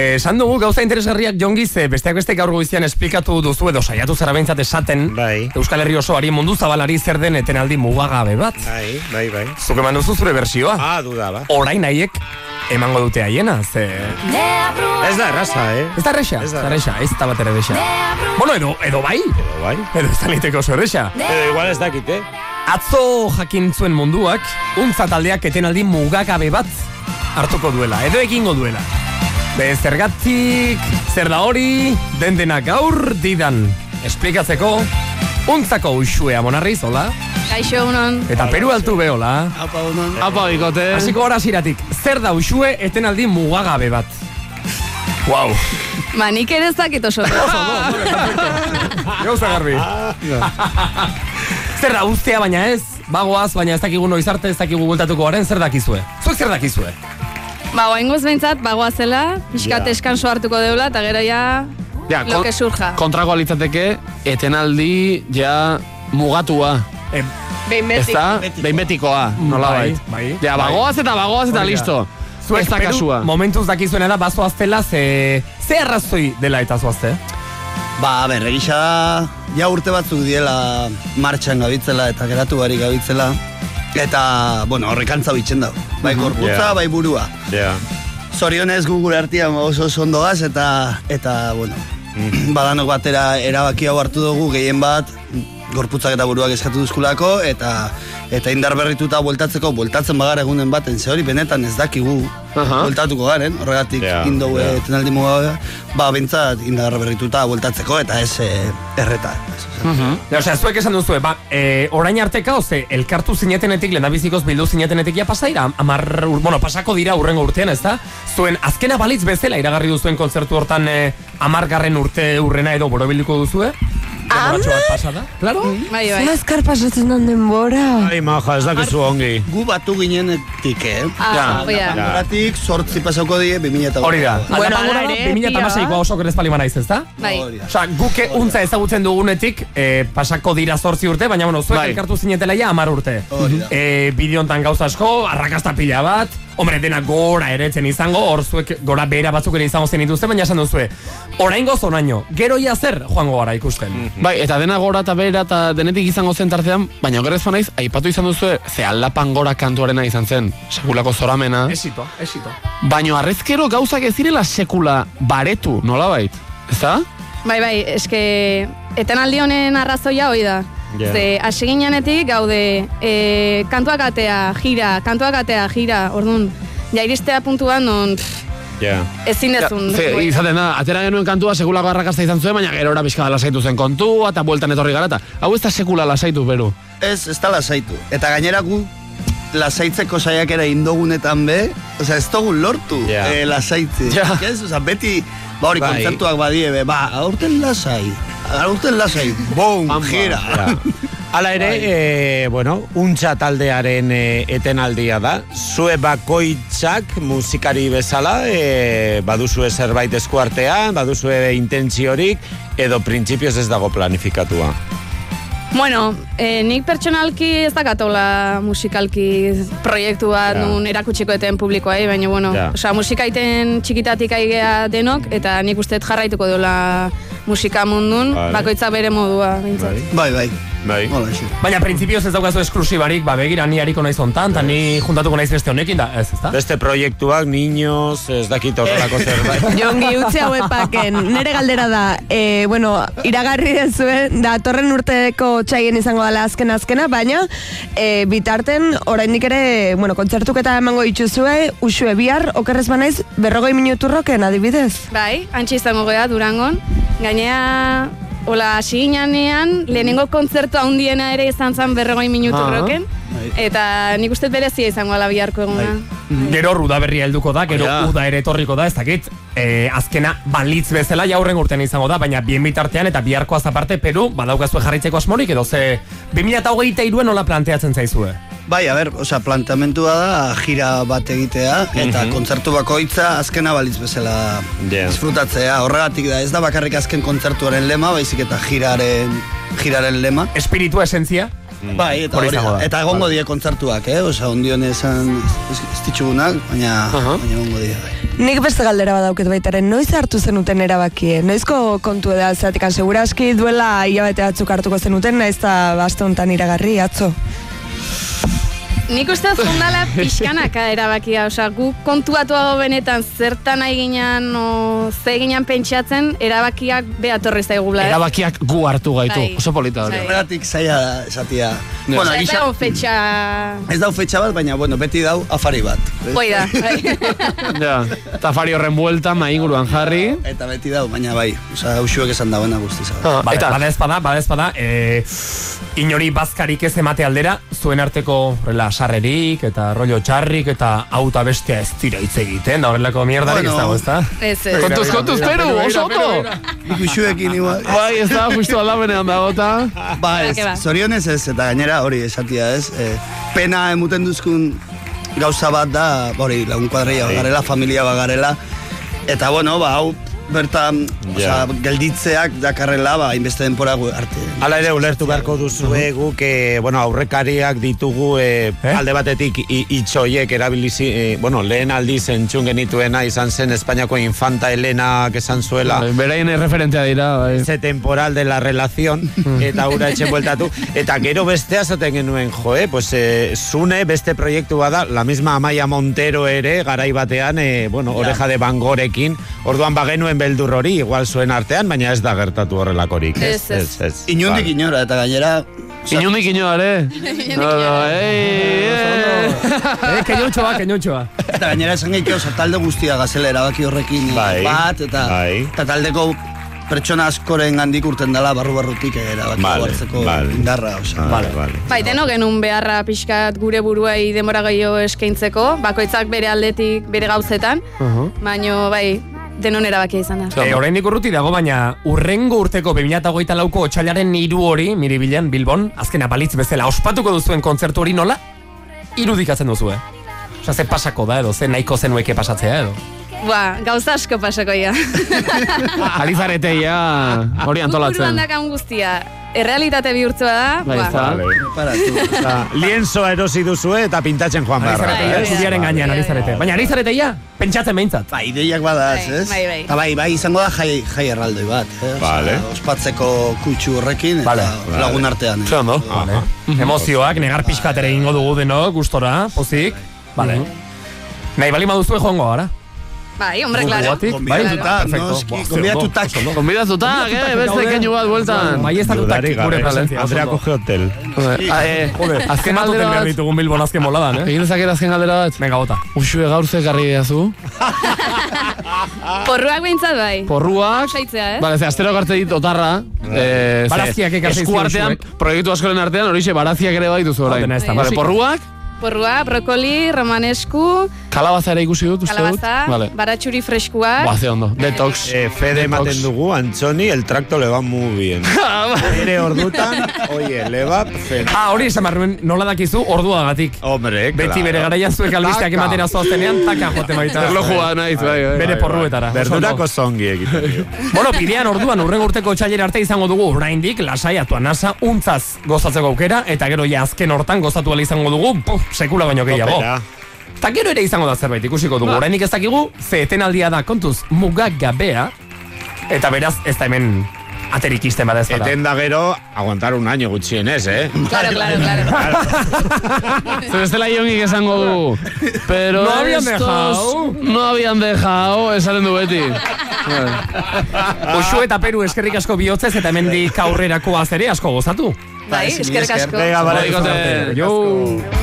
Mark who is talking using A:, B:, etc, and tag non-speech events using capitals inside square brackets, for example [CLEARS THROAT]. A: Esan dugu gauza interesgarriak jongi ze besteak beste gaur goizian esplikatu duzu edo saiatu zara behintzat esaten
B: Bai.
A: Euskal Herri osoari mundu zabalari zer den etenaldi mugagabe bat.
B: Bai, bai, bai.
A: Zuk eman duzu zure bersioa.
B: Ah, dudaba.
A: Orain haiek emango dute haiena, ze...
B: Ez da erraza, eh?
A: Ez da erresa, ez
B: Ez da
A: da erresa, ez da bat ere erresa. Bueno, edo, edo bai,
B: Edo bai.
A: edo ez da liteke oso erresa.
B: Edo igual ez dakit, eh?
A: Atzo jakin zuen munduak, untza taldeak etenaldi mugagabe bat hartuko duela, edo egingo duela. Be, zergatik, zer da hori, den dena gaur didan. Esplikatzeko, untzako usue amonarriz, hola,
C: Kaixo unon.
A: eta peru altu behola.
D: Apa, unan. Apa, bikote.
A: Hasiko gara ziratik, zer da usue etenaldi mugagabe bat. Wow,
C: Ba, nik ere ez dakit oso.
A: [LAUGHS] gauza garbi. zer da ustea baina ez, bagoaz, baina ez dakigu noiz arte, ez dakigu bueltatuko garen, zer dakizue? Zuek zer dakizue?
C: ba, oaingoz behintzat, bagoazela, pixkat
B: Ja.
C: eskanso hartuko deula, eta gero ja,
D: Ja,
C: lo que surja.
D: kontrakoa litzateke, etenaldi, ja, mugatua.
A: Eh,
C: Behin
D: Ez da, behin betikoa, nola
A: Bai,
D: bai.
A: bai,
D: Ja,
A: bai.
D: bagoaz eta bagoaz
A: Hori
D: eta
A: da.
D: listo.
A: Zuek
D: Ez da
A: Peru
D: kasua.
A: momentuz dakizuena da bazo aztela ze, ze arrazoi dela eta eh? zoazte.
E: Ba, ber, egisa da, ja urte batzuk diela martxan gabitzela eta geratu barik gabitzela. Eta, bueno, horrek antza bitzen dago. Bai korputza,
B: Yeah.
E: bai burua.
B: Ja.
E: Zorionez gu gure artean oso oso ondo gaz eta, eta bueno,
B: Mm.
E: [CLEARS THROAT] badanok batera erabaki hau hartu dugu gehien bat, gorputzak eta buruak eskatu duzkulako, eta eta indar berrituta bueltatzeko, bueltatzen bagara egunen baten, ze hori benetan ez dakigu
D: Aha.
E: bueltatuko garen, horregatik
B: Ja,
E: yeah, indau
B: ja.
E: yeah. etenaldi muga, ba, bintzat indar berrituta bueltatzeko, eta ez eh, erreta.
A: Ja, osea, zuek esan duzu, ba, e, orain arteka, oze, elkartu zinetenetik, lehendabizikoz bildu zinetenetik, ja pasaira, amar, ur, bueno, pasako dira urrengo urtean, ez da? Zuen, azkena balitz bezala iragarri duzuen kontzertu hortan e, amargarren urte urrena edo borobiliko duzue? Demoratxo bat pasada? Claro?
C: Bai, bai.
F: Ze azkar pasatzen den denbora.
B: Ai, maja, ez dakizu ongi.
E: Gu batu ginenetik, eh?
C: Ah, oia.
B: ja.
E: Horregatik, sortzi pasako die, 2008.
A: Hori da.
C: Bueno,
A: Aldapan
C: hala
A: gora,
C: ere,
A: 2008koa oso kerez palima naiz, ez da?
C: Bai.
E: Hori da.
A: Osa, guke untza ezagutzen dugunetik eh, pasako dira zortzi urte, baina bueno, zuek
D: Bai.
A: elkartu zinetela ja amar urte.
E: Hori da.
A: Eh, bideo hontan gauza asko, arrakasta pila bat, hombre, dena gora eretzen izango, hor zuek gora behera batzuk ere izango zenituzte, baina esan duzue, oraingo zonaino, gero ia zer joango gara ikusten. Eh?
D: Bai, eta dena gora eta behera eta denetik izango zen tartean, baina okerrez naiz, aipatu izan duzu, ze aldapan gora kantuarena izan zen, sekulako zoramena.
A: Esito, esito.
D: Baina arrezkero gauzak ez direla sekula baretu, nolabait. Ez da?
C: Bai, bai, eske, etenaldi honen arrazoia hoi da.
B: Ja.
C: Ze, hasi ginenetik gaude, e, kantuak atea, jira, kantuak atea, jira, orduan, ja iristea puntuan, non, pff,
B: Ja.
C: ezin
D: Ja,
C: dezun.
D: ze, izaten da, atera genuen kantua sekulako arrakasta izan zuen, baina gerora pixka da lasaitu zen kontua, eta bueltan etorri gara, eta hau ez da sekula lasaitu, beru.
E: Ez, ez da lasaitu. Eta gainera gu lasaitzeko saiakera indogunetan be, osea, ez dugu lortu
B: Ja.
E: eh, lasaitze.
D: Ja.
E: [LAUGHS] Ez, osea, beti, ba hori,
B: Bai.
E: kontzertuak badie, be, ba, aurten lasai, aurten lasai, bom,
D: Bamba.
E: jira.
B: ba, Ja. Hala ere, e, bueno, untxa taldearen e, etenaldia da. Zue bakoitzak musikari bezala, e, baduzue zerbait eskuartean, baduzue intentziorik, edo printzipioz ez dago planifikatua.
C: Bueno, eh, nik pertsonalki ez dakatola musikalki proiektu bat
B: Ja.
C: nun erakutsiko eten publikoei, baina bueno,
B: Ja.
C: osea, musika musikaiten txikitatik aigea denok, eta nik uste dut jarraituko dola musika mundun,
B: Vale.
C: bakoitza bere modua, bintzat.
E: [LAUGHS] Bai, bai.
B: Bai.
E: Hola, xe.
A: Baina printzipioz ez daukazu esklusibarik, ba begira ni hariko naiz hontan, ta ni juntatuko naiz beste honekin da, ez, ezta?
B: Beste proiektuak, niños, ez dakit horrelako zerbait.
F: Jongi, utzi hau epaken. Nere galdera da, e, bueno, iragarri dezuen, da torren urteko txaien izango dela azken azkena, baina e, bitarten oraindik ere, bueno, kontzertuketa emango itxuzue, usue bihar, okerrez banaiz, berrogei minuturroken adibidez.
C: Bai, antxe izango gea Durangon, gainea... Ola, hasi ginean, lehenengo kontzertu handiena ere izan zen berrogoi minutu
D: Aha.
C: roken, eta nik uste dut berezia izango ala biharko eguna.
A: Mm. Gero rudaberria helduko da, gero
D: Ja.
A: uda ere etorriko da, ez dakit, e, azkena balitz bezala ja hurren urtean izango da, baina bien bitartean eta biharko azaparte Peru, badaukazue jarraitzeko asmorik edo ze 2008 iruen nola planteatzen zaizue.
E: Bai, a ber, osea, planteamentua da jira bat egitea eta kontzertu bakoitza azkena balitz bezala
B: Mhm. Ja.
E: disfrutatzea. Horregatik da, ez da bakarrik azken kontzertuaren lema, baizik eta jiraren jiraren lema.
A: Espiritua esentzia,
E: Bai, eta
A: Hori
E: hori da.
A: izango da.
E: Eta egongo die kontzertuak, eh? Osa, ondion esan ez ez ditugunak, baina,
D: Aha.
E: baina egongo die. bai.
F: Nik beste galdera badauket baitaren, noiz hartu zenuten erabakie? Noizko kontu da, zatikan, seguraski duela hilabete batzuk hartuko zenuten, naiz eta baste honetan iragarri, atzo.
C: Nik uste
D: [LAUGHS]
C: zundala pixkanaka erabakia, osea, gu kontuatuago benetan zertan nahi ginen, o, ze ginen pentsatzen, erabakiak beatorri zaigula. eh?
D: Erabakiak gu hartu gaitu.
C: Bai.
D: Oso polita hori.
C: Bai.
E: Horregatik zaila da, esatia.
D: Ja.
E: Bueno,
C: Osea, ez
E: gisa,
C: dago fetxa...
E: ez dau fetxa bat, baina, bueno, beti dau afari bat. ez?
C: Hoi da. bai,
D: [LAUGHS] Ja. Tafari horren buelta, mainguruan jarri.
E: Eta beti dau, baina bai, oza, hausuek esan dagoena guztiz. hau.
A: Bada, bada ezpada, bada ezpada, e, inori bazkarik ez emate aldera, zuen arteko rela, sarrerik, eta rollo txarrik, eta auta bestea ez dira hitz egiten, da horrelako mierdarik
E: Bueno.
A: ez dago, ez da?
C: [LAUGHS] Ez, ez.
D: Kontuz, kontuz, peru, oso ondo.
E: Nik usuekin igual.
D: Bai, ez da, justu aldabenean dagota.
E: Ba ez,
C: Ba, que ba.
E: zorionez ez, eta gainera hori esatia ez. Eh, pena emuten duzkun gauza bat da, ba, hori, lagun kuadrilla
B: Bai.
E: bagarela, familia bagarela. Eta bueno, ba, hau bertan,
B: Ja.
E: oza, gelditzeak dakarrela, ba, inbeste denpora gu- arte.
B: Hala ere ulertu beharko duzue guk eh, bueno, aurrekariak ditugu eh,
A: Eh?
B: alde batetik i- hitz horiek erabilizi, eh, bueno, lehen aldiz entzun genituena izan zen Espainiako infanta Helenak esan zuela
D: Bai, Beraien referentea dira, bai.
B: ze temporal de la relación eta hura etxe bueltatu eta gero bestea zaten genuen jo, eh? pues, eh, zune beste proiektu bada la misma Amaia Montero ere garai batean eh, bueno, oreja de bangorekin orduan bagenuen beldur hori igual zuen artean baina ez da gertatu horrelakorik
C: Ez, ez.
E: Inundik
B: Bai.
E: inora, eta gainera... oza,
D: Inundik inoare. Inundik
A: Eh, keinotxo ba, keinotxo ba.
E: Eta gainera esan gehiago, oza, talde guztia gazela erabaki horrekin
B: Bai,
E: bat, eta,
B: bai.
E: eta taldeko pertsona askoren handik urten dela barru-barrutik erabaki
B: Vale,
E: hartzeko
B: vale.
E: indarra, oza.
B: Vale, vale.
C: Bai, deno genuen beharra pixkat gure buruei denbora gehiago eskaintzeko, bakoitzak bere aldetik, bere gauzetan, baino bai, denon erabakia izan da.
A: E, oraindik urruti dago, baina urrengo urteko 2008 lauko otxailaren iru hori, miribilan, Bilbon, azkena balitz bezala, ospatuko duzuen kontzertu hori nola, irudikatzen duzue. Osa, ze pasako da edo, ze nahiko zenueke pasatzea edo.
C: Ba, gauza asko pasako ia.
D: Ari zarete ja hori
C: Buruan
D: [LAUGHS] antolatzen.
C: dakan guztia, errealitate bihurtzua da,
D: Bai, ez da.
E: Para, tu.
B: Eta, lienzoa erosi duzue eta pintatzen joan
A: Ari
B: barra. eh?
A: zarete,
C: Bai,
A: ja,
C: bai,
A: zubiaren
C: bai.
A: gainean ari zarete. Baina ari zarete, ja, pentsatzen behintzat.
E: Ba, ideiak badaz,
C: Bai,
E: ez?
C: bai, bai.
E: Eta bai, bai, izango da jai, jai erraldoi bat, eh? Osea,
B: Vale.
E: ospatzeko kutsu horrekin eta
A: Vale,
E: lagun artean. eh?
A: Zondo. Vale. Mhm. Emozioak, negar
C: Bai.
A: pixkat ere egingo dugu denok, gustora, pozik. Vale.
C: Mhm.
A: Nahi bali maduzue joango gara.
C: Bai, hombre, claro.
A: Gugatik, bai,
E: Konbidatuta,
A: perfecto.
E: Ah, noski,
A: Ba,
E: konbidatuta.
A: oso ondo.
D: Konbidatuta, eh, beste keinu bat bueltan.
A: Bai, ez dakutak
B: Dudarik
A: gure
B: gabe. eh?
A: presentzia.
B: Andrea coge hotel.
D: Ah, eh,
A: Jode, azken
D: azken
A: bat
D: galdera
A: behar
D: bat.
A: ditugun Bilbon azken moladan, eh?
D: Egin dezaket azken galdera bat.
A: Venga, bota.
D: Uxue gaur ze garri didazu.
C: Porruak behintzat bai.
D: Porruak.
C: Saitzea, eh?
D: Bale, ze astero garte dit otarra. Eh, ze,
A: Barazkiak Bai. ekarri
D: esku
A: zizkion
D: artean,
A: uxuek.
D: proiektu askoren artean, horixe baraziak ere badituzu orain.
A: Dena ez da,
D: Bale,
A: musika.
D: porruak,
C: Porrua, brokoli, romanesku,
D: kalabaza ere ikusi dut, uste dut.
C: kalabaza, bai.
D: Bale.
C: baratxuri freskuak.
D: Ba, ze ondo, detox.
B: Eh, Fede ematen dugu, Antxoni, el tracto le va muy
A: [LAUGHS]
B: bien. Ere ordutan, oie, le va perfecto.
A: Ah, hori esan barruen, nola dakizu orduagatik.
B: Hombre, eh,
A: Beti bere garaian zuek albisteak
B: Taka.
A: ematera zoaztenean, taka jote maita.
D: Erlojua naiz, bai, bai.
A: eh, Bere porruetara.
B: Berdurako zongi egiten. dio.
A: Bueno, pidean orduan urrengo urteko txailer arte izango dugu oraindik lasaiatu nasa untzaz gozatzeko aukera eta gero ja azken hortan gozatu ahal izango dugu puf, sekula baino [LAUGHS] gehiago.
B: Opera.
A: Eta gero ere izango da zerbait ikusiko dugu. Oraindik ez dakigu ze etenaldia da kontuz mugak gabea eta beraz ez da hemen aterik isten bada ez bada.
B: Eten da gero, aguantar un año gutxienez, eh?
C: Claro, claro, claro.
D: Zer bestela iongik esango
A: [LAUGHS]
D: du. Pero
A: No habían
D: estos
A: dejao.
D: No habían dejao, esaren du beti.
A: Uxu eta Peru eskerrik asko bihotzez eta hemendik aurrerako azere asko gozatu.
C: Bai,
E: Ba, ezin
C: eskerrik
E: mila esker.
C: asko.
B: Venga, vale,
D: Oikote.
B: suerte.
A: Jo.